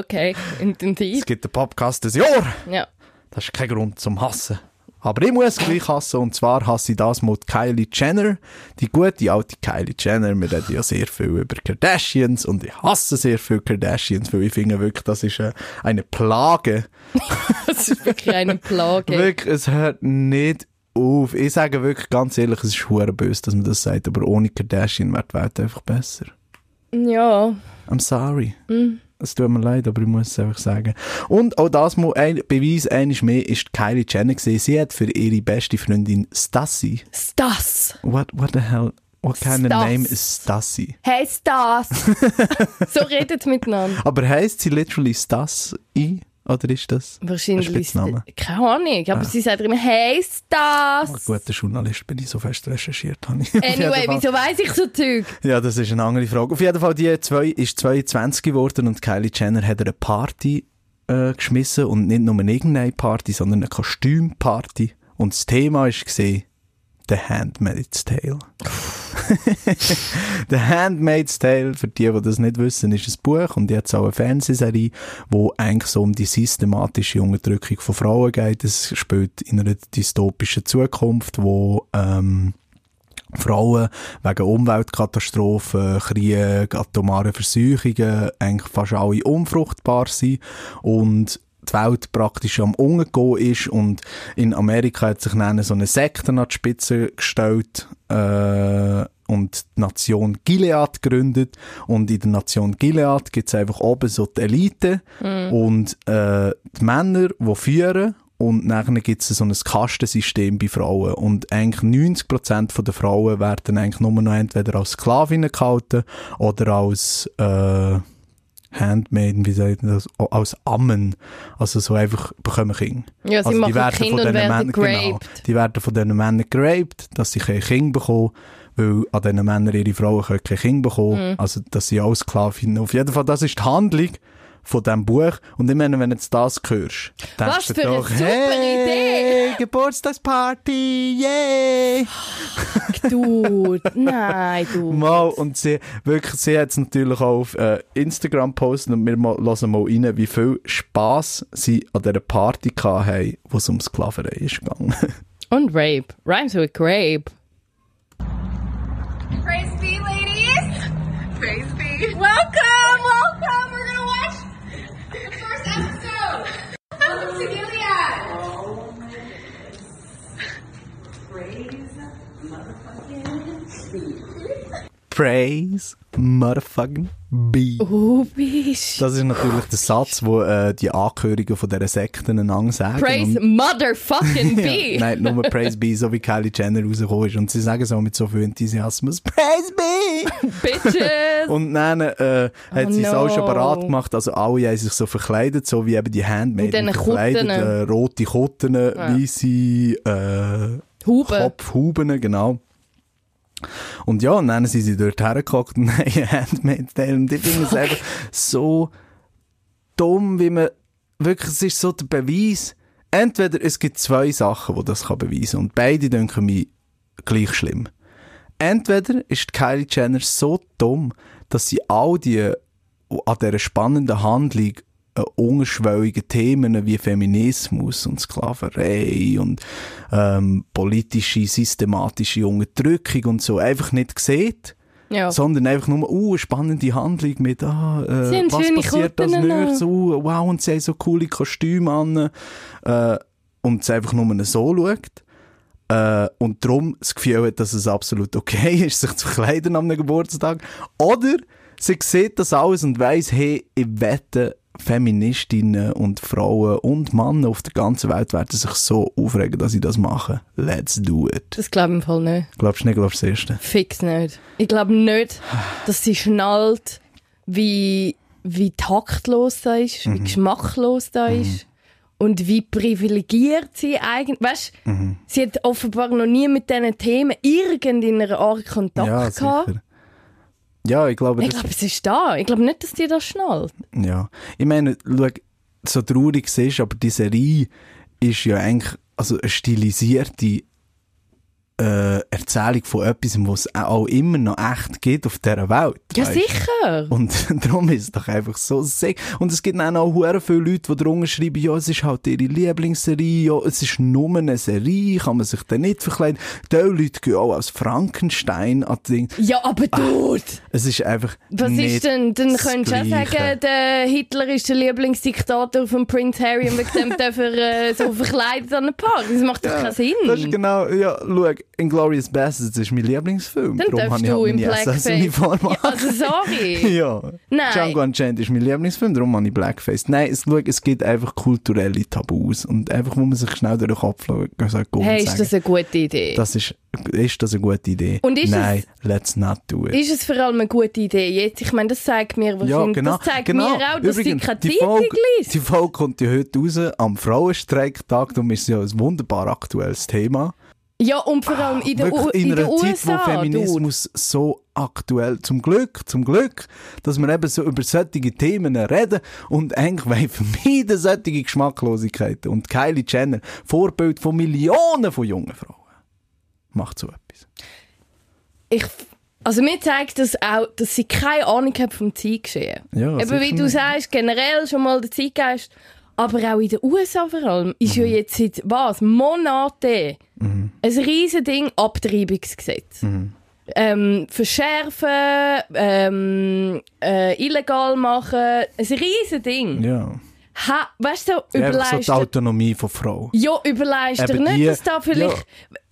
okay. Intensiv. Es gibt einen Podcast des Jahr. Ja. Das ist kein Grund zum Hassen. Aber ich muss gleich hassen, und zwar hasse ich das mit Kylie Jenner. Die gute alte Kylie Jenner. Wir reden ja sehr viel über Kardashians und ich hasse sehr viel Kardashians, weil ich finde wirklich, das ist äh, eine Plage. Das ist wirklich eine Plage. Wirklich, es hört nicht auf. Ich sage wirklich ganz ehrlich, es ist hure böse, dass man das sagt, aber ohne Kardashian wäre die Welt einfach besser. Ja. I'm sorry. Mm. Es tut mir leid, aber ich muss es einfach sagen. Und auch das muss ein Beweis eines mehr ist die Kylie Jenner gewesen. Sie hat für ihre beste Freundin Stassi. Stas. What, what the hell? What kind of Stas. name is Stassi? Hey, Stas. so redet miteinander. Aber heisst sie literally Stassi? Oder ist das Wahrscheinlich. ein Spitzname? Ah. ist- Keine Ahnung. Aber sie sagt immer, hey, Ein Stas. guter Journalist bin ich, so fest recherchiert habe ich. Auf jeden Anyway, Fall. wieso weiss ich so Zeug? Ja, das ist eine andere Frage. Auf jeden Fall, die zwei ist 22 geworden und Kylie Jenner hat eine Party äh, geschmissen und nicht nur irgendeine Party, sondern eine Kostümparty. Und das Thema war «The Handmaid's Tale». «The Handmaid's Tale», für die, die das nicht wissen, ist ein Buch und jetzt auch eine Fernsehserie, wo eigentlich so um die systematische Unterdrückung von Frauen geht. Es spielt in einer dystopischen Zukunft, wo... Ähm, Frauen wegen Umweltkatastrophen, Krieg, atomaren Versuchungen eigentlich fast alle unfruchtbar sind und die Welt praktisch am Umgehen ist und in Amerika hat sich dann so eine Sekte an die Spitze gestellt äh, und die Nation Gilead gegründet und in der Nation Gilead gibt es einfach oben so die Elite Mhm. und äh, die Männer, die führen und nachher gibt es so ein Kastensystem bei Frauen. Und eigentlich 90% der Frauen werden eigentlich nur noch entweder als Sklavinnen gehalten oder als äh, Handmaiden, wie sagt man das, O- als Ammen. Also so einfach bekommen Kinder. Ja, sie also machen Kinder und werden genau, geraped. die werden von diesen Männern geraped, dass sie keine Kinder bekommen, weil an diesen Mhm. Männern ihre Frauen können keine Kinder bekommen. Also dass sie auch Sklavinnen. Auf jeden Fall, das ist die Handlung von diesem Buch. Und ich meine, wenn du jetzt das hörst, denkst Was du für eine doch, super hey, Geburtstagsparty, yay! Du, nein, du. Mal, und sie, wirklich, sie hat es natürlich auch auf äh, Instagram gepostet und wir mal, hören mal rein, wie viel Spass sie an dieser Party hatten, wo es um Sklaverei ist gegangen. Und Rape. Rhymes with Grape. Praise be, ladies. Praise be. Welcome, welcome. We're gonna watch the first episode. Welcome to Gilead. Oh my Praise motherfucking Praise motherfucking be. Du bist. Das ist natürlich der Satz, wo äh, die Angehörigen von dieser Sekten einander sagen. Praise und, motherfucking B. ja, Nein, nur Praise be, so wie Kylie Jenner rausgekommen ist. Und sie sagen es auch mit so viel Enthusiasmus, Praise be! Bitches. Und dann äh, hat Oh sie es no. auch schon parat gemacht. Also alle haben sich so verkleidet, so wie eben die Handmaiden Mit diesen verkleidet. Kutten. Äh, rote Kutten, weisse äh, Huben. Kopfhuben, genau. Und ja, und dann sind sie dort hergeguckt und haben eine Handmaiden. Tale. Und ich finde es einfach so dumm, wie man wirklich, es ist so der Beweis, entweder es gibt zwei Sachen, die das kann beweisen und beide denken mir gleich schlimm. Entweder ist Kylie Jenner so dumm, dass sie all die äh, an dieser spannenden Handlung äh, ungeschwellige Themen wie Feminismus und Sklaverei und ähm, politische, systematische Unterdrückung und so einfach nicht sieht, Ja. sondern einfach nur, uh, eine spannende Handlung mit, ah, Sie äh, haben was schöne passiert das Kutten an. nicht, uh, wow, und sie haben so coole Kostüme an äh, und es einfach nur so schaut äh, und darum das Gefühl hat, dass es absolut okay ist, sich zu verkleiden am Geburtstag. Oder sie sieht das alles und weiss, hey, ich wette, Feministinnen und Frauen und Männer auf der ganzen Welt werden sich so aufregen, dass sie das machen. Let's do it. Das glaube ich im Fall nicht. Glaubst du nicht, glaubst du das Erste? Fix nicht. Ich glaube nicht, dass sie schnallt, wie, wie taktlos da ist, Mhm. wie geschmacklos da ist und wie privilegiert sie eigentlich. Weißt Mhm. sie hat offenbar noch nie mit diesen Themen irgendeiner Art Kontakt gehabt. Ja, ich glaube, Ich das glaube, es ist da. Ich glaube nicht, dass die das schnallt. Ja. Ich meine, schau, so traurig es ist, aber die Serie ist ja eigentlich also eine stilisierte äh, Erzählung von etwas, was es auch immer noch echt gibt auf dieser Welt. Ja, weisst. sicher. Oh. Und darum ist es doch einfach so sick. Und es gibt dann auch sehr viele Leute, die darunter schreiben, ja, es ist halt ihre Lieblingsserie, ja, es ist nur eine Serie, kann man sich da nicht verkleiden. Die Leute gehen auch als Frankenstein an die Dinge. Ja, aber Ah. dude. Es ist einfach Was nicht ist denn? Dann das könntest du auch Gleiche. sagen, der Hitler ist der Lieblingsdiktator von Prince Harry und wegen dem darf er äh, so verkleidet an den Park. Das macht doch keinen Sinn. Das ist genau, ja, schau, Inglourious Bastards ist mein Lieblingsfilm. Dann Darum darfst habe ich du halt im meine Blackface. SS-Uniform Ja, an. also sorry. Ja. Nein. Django Unchained ist mein Lieblingsfilm, darum habe ich Blackface. Nein, es, schau, es gibt einfach kulturelle Tabus und einfach, wo man sich schnell durch den Kopf schauen kann. Hey, ist das eine gute Idee? das ist, ist das eine gute Idee? Und ist Nein, let's not do it. ist es vor allem eine gute Idee jetzt? Ich meine, das zeigt mir wahrscheinlich, das zeigt mir auch, dass genau, Übrigens, sie keine die Zeitung Folge- Die liest. Folge kommt ja heute raus am Frauenstreiktag, darum ist es ja ein wunderbar aktuelles Thema. Ja, und vor allem in, der, U Wirklich, in, in der einer Zeit, wo USA. dude. Feminismus so aktuell, zum Glück, zum Glück, dass wir eben so über solche Themen reden und eigentlich wollen vermeiden solche Geschmacklosigkeiten. Und Kylie Jenner, Vorbild von Millionen von jungen Frauen, macht so etwas. ich, also mir zeigt das auch, dass sie keine Ahnung hat vom Zeitgeschehen. Ja, Eben wie sicher du nicht. sagst, generell schon mal der Zeitgeist. Aber auch in den USA vor allem ist Mhm. ja jetzt seit was, Monaten ein riesen Ding Abtreibungsgesetz. Mhm. Ähm, verschärfen, ähm, äh, illegal machen, ein riesen Ding. Ja. Ha, weißt du, Ja, einfach so die überleistet Autonomie von Frauen. ja, überleist er Eben nicht, die- dass da vielleicht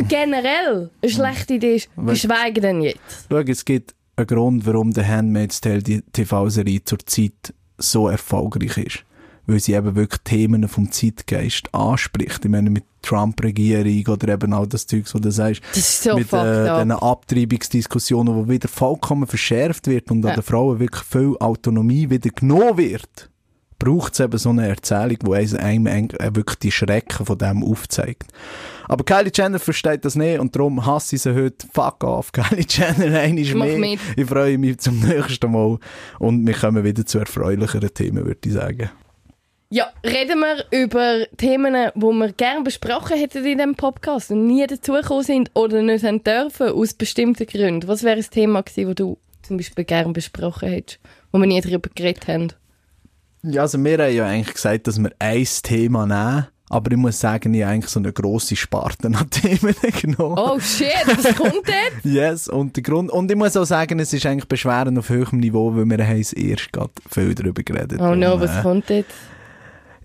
generell eine schlechte Idee ist. Geschweige denn jetzt. Schau, es gibt einen Grund, warum The Handmaid's Tale, die TV-Serie zur Zeit so erfolgreich ist. Weil sie eben wirklich Themen vom Zeitgeist anspricht. Ich meine, mit Trump-Regierung oder eben all das Zeugs, was du sagst. Das ist so mit fucked äh, up. diesen Abtreibungsdiskussionen, wo wieder vollkommen verschärft wird und Ja. an den Frauen wirklich viel Autonomie wieder genommen wird. braucht es eben so eine Erzählung, die eins- einem eng- äh, wirklich die Schrecken von dem aufzeigt. Aber Kylie Jenner versteht das nicht und darum hasse ich sie heute. Fuck off, Kylie Jenner, einmal Mach mehr. mit. Ich freue mich zum nächsten Mal und wir kommen wieder zu erfreulicheren Themen, würde ich sagen. Ja, reden wir über Themen, die wir gerne besprochen hätten in diesem Podcast und nie dazugekommen sind oder nicht haben dürfen, aus bestimmten Gründen. Was wäre ein Thema gewesen, das du zum Beispiel gerne besprochen hättest, wo wir nie darüber geredet haben? Ja, also wir haben ja eigentlich gesagt, dass wir ein Thema nehmen, aber ich muss sagen, ich habe eigentlich so eine grosse Sparte an Themen genommen. Oh shit, was kommt jetzt? Yes, und der Grund, und ich muss auch sagen, es ist eigentlich Beschweren auf höherem Niveau, weil wir haben es erst gerade viel darüber geredet. Oh no, Darum, was äh, kommt jetzt?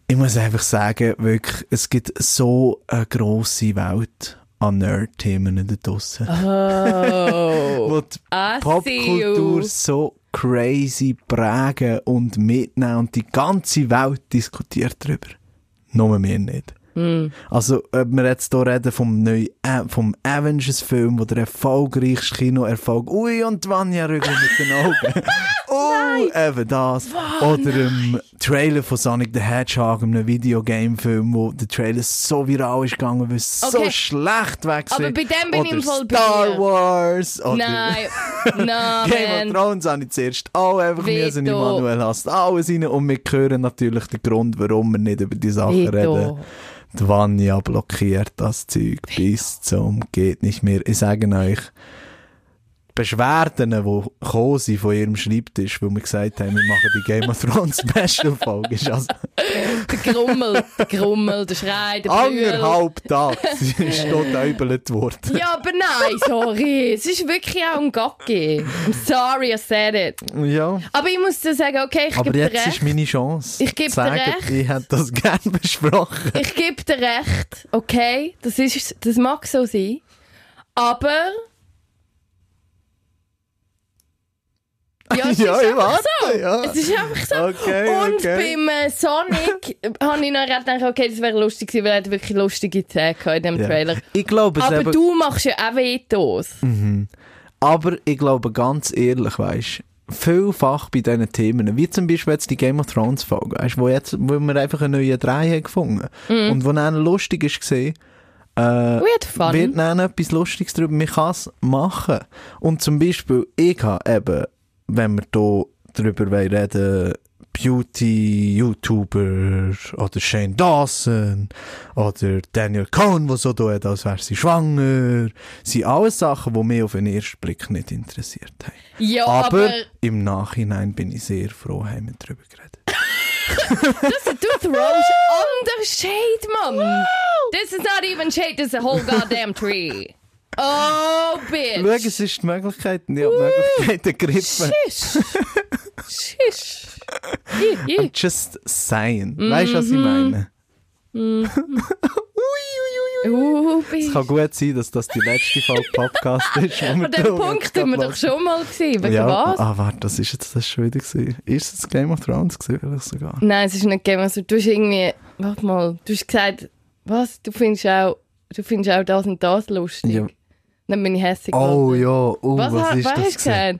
Ich muss einfach sagen, wirklich, es gibt so eine grosse Welt an Nerd-Themen da draussen. Oh. wo die I see Popkultur you. so crazy prägen und mitnehmen und die ganze Welt diskutiert darüber. Nur wir nicht. Hm. Also, ob wir jetzt hier reden vom neuen A- vom Avengers-Film, wo der erfolgreichste Kinoerfolg, ui und Vanya Rügel mit den Augen. oh, eben das. Oder im Trailer von Sonic the Hedgehog, einem Videogame-Film, wo der Trailer so viral ist gegangen, weil es so Okay. schlecht weg Aber bei dem bin ich Oder im Fall bei Star dir. Wars. Oh, Oder Nein, Game of nein, man. Thrones habe ich zuerst auch einfach Veto. müssen, Immanuel hast alles rein und wir hören natürlich den Grund, warum wir nicht über die Sachen reden. Veto. Die Vanya blockiert das Zeug bis zum geht nicht mehr. Ich sage euch, die Beschwerden, die gekommen sind von ihrem Schreibtisch, weil wir gesagt haben, wir machen die Game of Thrones Special-Folge, ist also Der Grummel, der Grummel, der Schrei, der Brühl. anderthalb Tage ist Äh. dort äubelt worden. Ja, aber nein, sorry. Es ist wirklich auch ein Gacki. I'm sorry, I said it. Ja. Aber ich muss dir sagen, okay, ich Aber gebe dir jetzt ist recht. meine Chance. Ich geb dir Sagen, recht. Ich hätte das gerne besprochen. Ich gebe dir recht, okay? Das, ist, das mag so sein. Aber. Ja, es ist einfach so. ja. Es ist einfach so. Okay, Und okay. beim äh, Sonic habe ich noch gerade gedacht, okay, das wäre lustig gewesen, weil er hat wirklich lustige Tage gehabt in dem Ja. Trailer. Ich glaube, es Aber eben, du machst ja auch Vetos. Hm. aber ich glaube ganz ehrlich, weißt vielfach bei diesen Themen, wie zum Beispiel jetzt die Game of Thrones Folge, weißt, wo jetzt, wo wir einfach einen neuen Drei haben gefunden und wo dann lustig ist gesehen, äh, We had fun. wird dann etwas Lustiges drüber, man kann es machen. Und zum Beispiel, ich habe eben, wenn wir hier drüber wollen reden Beauty-YouTuber oder Shane Dawson oder Daniel Cohn, der so tut, als wäre sie schwanger, sind alles Sachen, die mich auf den ersten Blick nicht interessiert haben. ja, Aber, aber, im Nachhinein bin ich sehr froh, haben wir drüber geredet. du throwst under shade, Mann. This is not even shade, this is a whole goddamn tree. Oh, bitch. Schau, es ist die Möglichkeit, ich habe die Möglichkeit ergriffen. Schisch. Schisch. Ih, ih. Just saying. Weißt du, was ich Mhm. meine? Uh, bitch. Es kann gut sein, dass das die letzte Folge Podcast ist. wo wir An dem darum Punkt jetzt gerade sind wir doch lassen. schon mal gewesen. Wegen ja, was? Ah, warte, das ist jetzt das schon wieder gewesen. Ist es Game of Thrones gewesen, vielleicht sogar? Nein, es ist nicht Game of Thrones. Du hast irgendwie, warte mal, du hast gesagt, was? Du findest auch, du findest auch das und das lustig. Ja. Dann bin ich hässlich Oh geworden. ja, oh, was, was, ha- ist was das hast du gewesen? gesagt?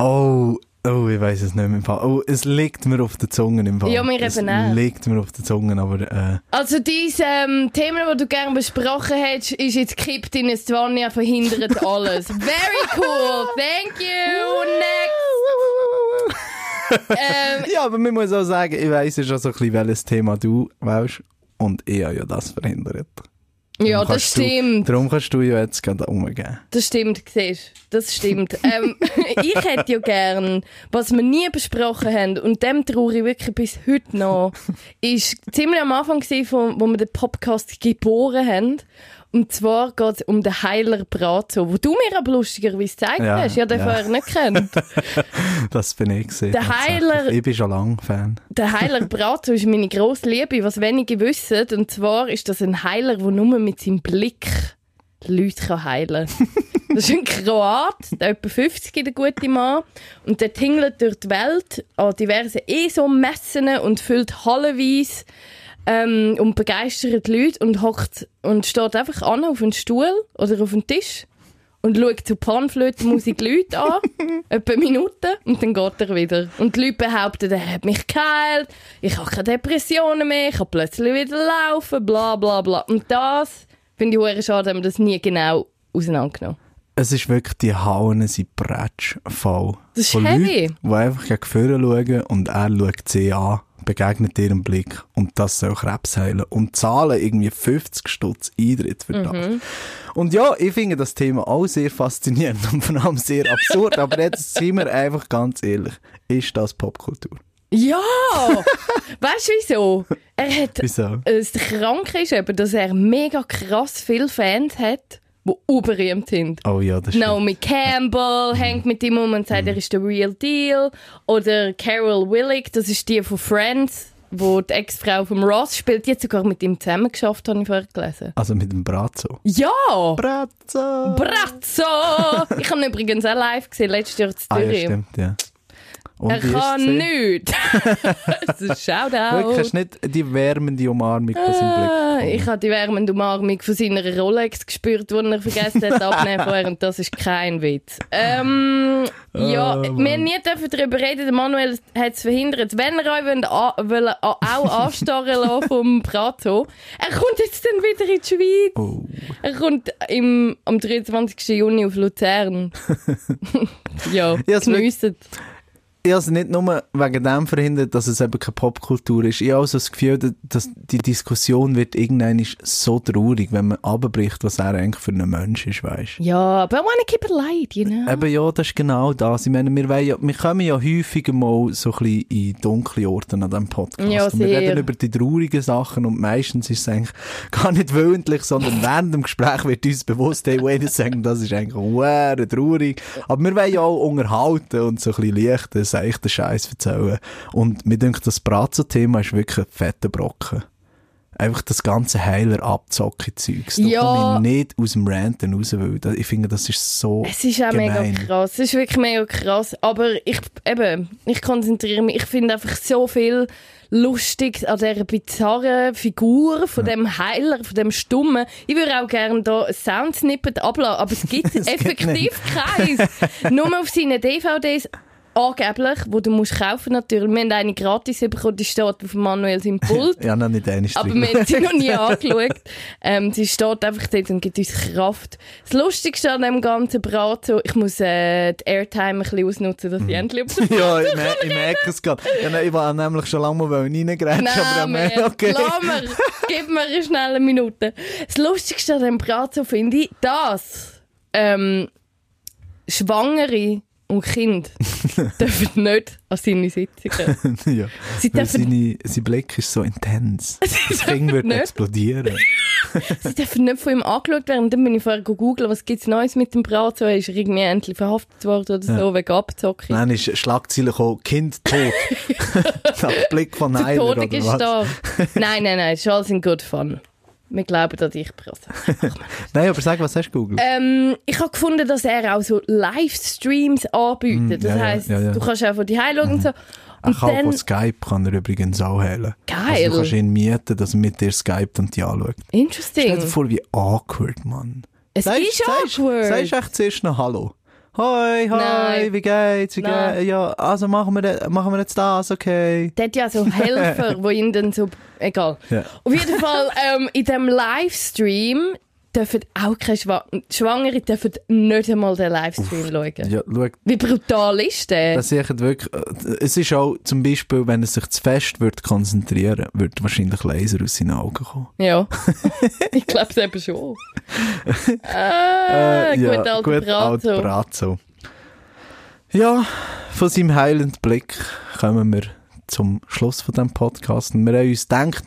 Oh, oh, ich weiß es nicht mehr im Fall. Oh, es liegt mir auf den Zungen im Fall. Ja, mir es eben auch. liegt mir auf den Zungen, aber äh, Also dieses ähm, Thema, das du gerne besprochen hättest, ist jetzt gekippt in ein Zwania, verhindert alles. Very cool, thank you, next. ähm, ja, aber man muss auch sagen, ich weiß ja schon so ein bisschen, welches Thema du wählst und ich habe ja das verhindert. ja, Darum das kannst Du, stimmt, darum kannst du ja jetzt gerade umgehen. das stimmt, siehst du, das stimmt. ähm, ich hätte ja gern, was wir nie besprochen haben, und dem traue ich wirklich bis heute noch, ist ziemlich am Anfang, gewesen, von, wo wir den Podcast geboren haben. Und zwar geht es um den Heiler Bratzo, wo du mir aber lustigerweise gezeigt Ja, hast. Ja, den ja. vorher nicht kennt. Das bin ich gesehen. Der tatsächlich. Heiler- Ich bin schon lange Fan. Der Heiler Bratzo ist meine grosse Liebe, was wenige wissen. Und zwar ist das ein Heiler, der nur mit seinem Blick Leute kann heilen kann. Das ist ein Kroat, der etwa 50 der gute Mann. Und der tingelt durch die Welt an diversen ESO-Messen und füllt hallenweise ähm, und begeistert die Leute und hockt und steht einfach an auf einen Stuhl oder auf einen Tisch und schaut zu Panflötenmusik Leute an, etwa Minuten, und dann geht er wieder. Und die Leute behaupten, er hat mich geheilt, ich habe keine Depressionen mehr, ich kann plötzlich wieder laufen, bla bla bla. Und das finde ich hure schade, haben wir das nie genau auseinandergenommen. Es ist wirklich die Hauen sind Bretsch voll. Das ist Von heavy. Leuten, die einfach gegen vorne schauen und er schaut sie an, begegnet ihrem Blick und das soll Krebs heilen. Und zahlen irgendwie 50 Stutz Eintritt für das. Mhm. Und ja, ich finde das Thema auch sehr faszinierend und vor allem sehr absurd, aber jetzt sind wir einfach ganz ehrlich. Ist das Popkultur? Ja! weißt du wieso? Er hat, Wieso? es krank ist eben, dass er mega krass viele Fans hat, die unberühmt sind. Oh ja, das stimmt. Mhm. Naomi Campbell hängt mit ihm um und sagt, er ist der Real Deal. Oder Carol Willick, das ist die von Friends, wo die Ex-Frau von Ross spielt, die hat sogar mit ihm zusammen geschafft, habe ich vorher gelesen. Also mit dem Brazzo. Ja! Brazzo! Brazzo! Ich habe ihn übrigens auch live gesehen, letztes Jahr zu Ah ja, Zürich. stimmt, ja. Und er wie ist's kann gesehen? nichts. das ist ein Wirklich, Shoutout. hast nicht die wärmende Umarmung aus dem Blick. Ah, bekommen? Ich habe die wärmende Umarmung von seiner Rolex gespürt, die er vergessen hat abnehmen vorher, und das ist kein Witz. Ähm, Ah, ja, wir haben nie dürfen darüber reden, der Manuel hat es verhindert. Wenn ihr euch wollt, a, wollt, a, auch anstarren lassen vom Prato, er kommt jetzt dann wieder in die Schweiz. Oh. Er kommt im, am 23. Juni auf Luzern. ja, Ja, ja es wird- geniessen. Ich habe es nicht nur wegen dem verhindert, dass es eben keine Popkultur ist. Ich habe auch so das Gefühl, da- dass die Diskussion wird irgendwann so traurig, wenn man abbricht, was er eigentlich für ein Mensch ist, weißt Ja, aber I wanna keep it light, you know. Eben ja, das ist genau das. Ich meine, wir, wollen ja, wir kommen ja häufiger mal so ein bisschen in dunkle Orte an diesem Podcast. Ja, und wir sehr. reden über die traurigen Sachen und meistens ist es eigentlich gar nicht willentlich, sondern während dem Gespräch wird uns bewusst, hey, wait a second, das ist eigentlich huere traurig. Aber wir wollen ja auch unterhalten und so ein bisschen leichten, seichten Scheiß erzählen. Und mir denkt, das Brazzo-Thema ist wirklich ein fetter Brocken. Einfach das ganze heiler abzocke zeugs Da Ja. komme ich nicht aus dem Ranten raus, weil da- ich finde, das ist so Es ist auch gemein. mega krass. Es ist wirklich mega krass. Aber ich, eben, ich konzentriere mich. Ich finde einfach so viel lustig an dieser bizarren Figur von dem Heiler, von dem Stummen. Ich würde auch gerne da ein Soundsnippet abladen, aber es gibt geht effektiv keins. Nur auf seinen DVDs angeblich, wo du musst kaufen natürlich. Wir haben eine gratis bekommen, die steht auf Manuels Impuls. Ja, noch nicht eine Aber wir haben sie noch nie angeschaut. Ähm, sie steht einfach dort und gibt uns Kraft. Das Lustigste an dem ganzen Braten, ich muss äh, die Airtime ein bisschen ausnutzen, dass ich endlich auf der Hm. Ja, ich, mer ich merke es gerade. Ja, nein, ich wollte nämlich schon lange mal reingrätschen, aber ich Name. merke, okay. Lass mir. Gib mir eine schnelle Minute. Das Lustigste an dem Braten finde ich, dass ähm, Schwangere und Kind dürfen nicht an seine Sitzungen. ja. Sie Weil dürfen seine, sein Blick ist so intens. Das Ding wird nicht. explodieren. Sie dürfen nicht von ihm angeschaut werden. Und dann bin ich vorher googeln, was gibt's Neues mit dem Brazzo. Er ist irgendwie endlich verhaftet worden oder so, wegen Abzocke. Dann ist Schlagzeile gekommen, Kind tot. Nach Blick von Zu Heiler Tode oder was. gestorben. nein, nein, nein, es ist alles in good fun. Wir glauben an dich, Brazzo. Nein, aber sag, was hast du gegoogelt? Ähm, ich habe gefunden, dass er auch so Livestreams anbietet. Hm, ja, Das ja, heisst, ja, Mhm. ja. du kannst auch von die schauen und so. er Und kann dann, von Skype kann er übrigens auch heilen. Geil. Also du kannst ihn mieten, dass er mit dir skypt und dich anschaut. Stell dir interesting. vor, wie awkward, Mann. Es ist awkward. Sagst echt zuerst noch Hallo. Hoi, hoi, Nein. wie geht's? Wie Nein. geht's? Ja, also machen wir, de- machen wir jetzt das, okay. Der hat ja so Helfer, wo ihn dann so. Egal. Ja. Auf jeden Fall, ähm, in diesem Livestream dürfen auch keine Schwa Schwangere dürfen nicht einmal den Livestream schauen. Ja, schau, Wie brutal ist der? das ist wirklich, äh, es ist auch zum Beispiel, wenn er sich zu fest wird konzentrieren würde, wahrscheinlich Laser aus seinen Augen kommen. Ja. ich glaube es eben schon. ah, Äh, gut, alter gut, Brazzo. alter Brazzo. Ja, von seinem heilenden Blick kommen wir zum Schluss von dem Podcast. Und wir haben uns gedacht,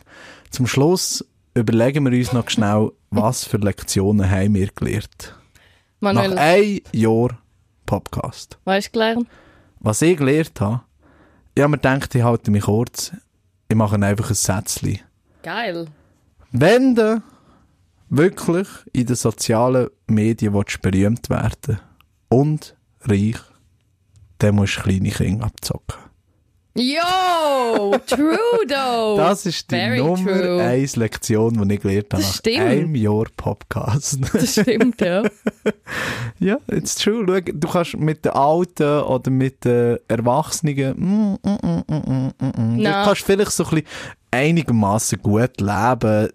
zum Schluss überlegen wir uns noch schnell, was für Lektionen haben wir gelernt. Nach Manuel, einem Jahr Podcast. was hast du gelernt? Was ich gelernt habe, ich habe mir gedacht, ich halte mich kurz. Ich mache einfach ein Sätzchen. Geil. Wenn du wirklich in den sozialen Medien willst berühmt werden und reich, dann musst du kleine Kinder abzocken. Jo! though. True though. Das ist die Oh, Very Nummer true. 1 Lektion, die ich gelernt habe Das nach stimmt. einem Jahr Podcast. Das stimmt, ja. ja, it's true. Schau, du kannst mit den Alten oder mit den Erwachsenen, mm, mm, mm, mm, mm, mm, du Nein. kannst vielleicht so ein bisschen einigermaßen gut leben,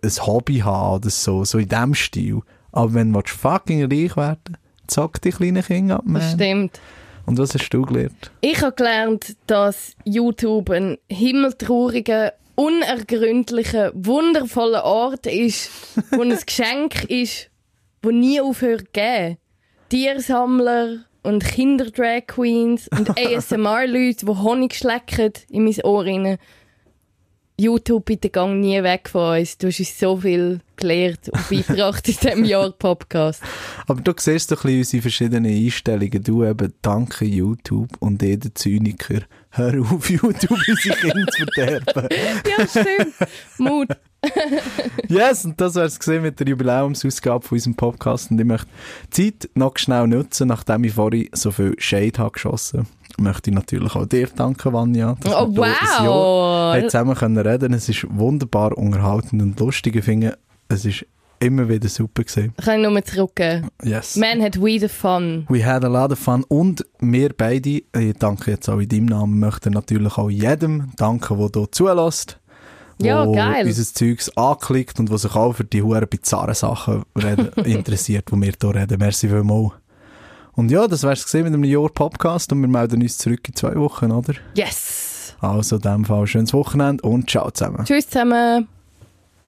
ein Hobby haben oder so, so in dem Stil. Aber wenn du willst fucking reich werden zock die kleinen Kinder ab, Das man. stimmt. Und was hast du gelernt? Ich habe gelernt, dass YouTube ein himmeltrauriger, unergründlicher, wundervoller Ort ist, wo ein Geschenk ist, wo nie aufhört zu geben. Tiersammler und Kinder-Drag-Queens und ASMR-Leute, die Honig schlecken in mein Ohr rein. YouTube, bitte gang nie weg von uns. Du hast uns so viel gelehrt und beigebracht in diesem Jahr Podcast. Aber du siehst doch ein bisschen unsere verschiedenen Einstellungen. Du eben, danke YouTube und jeder Zyniker. Hör auf, YouTube unsere Kinder zu verderben. Ja, stimmt. Mut. Yes, und das wär's gesehen mit der Jubiläumsausgabe von unserem Podcast. Und ich möchte die Zeit noch schnell nutzen, nachdem ich vorhin so viel Shade habe geschossen Möchte ich natürlich auch dir danken, Vanja. dass Oh, wir hier ein wow. Jahr haben zusammen können reden Es ist wunderbar unterhaltend und lustig. Ich finde, es ist immer wieder super gewesen. Kann ich nur zurückgeben. Yes. Man hat wieder Fun. We had a lot of fun und wir beide, ich danke jetzt auch in deinem Namen, möchten natürlich auch jedem danken, der hier zulässt. Ja, wo geil. unser Zeugs anklickt und der sich auch für die hohen bizarren Sachen reden, interessiert, die wir hier reden. Merci vielmals. Und ja, das wär's gesehen mit einem Jahr Podcast und wir melden uns zurück in zwei Wochen, oder? Yes! Also in dem Fall schönes Wochenende und ciao zusammen. Tschüss zusammen!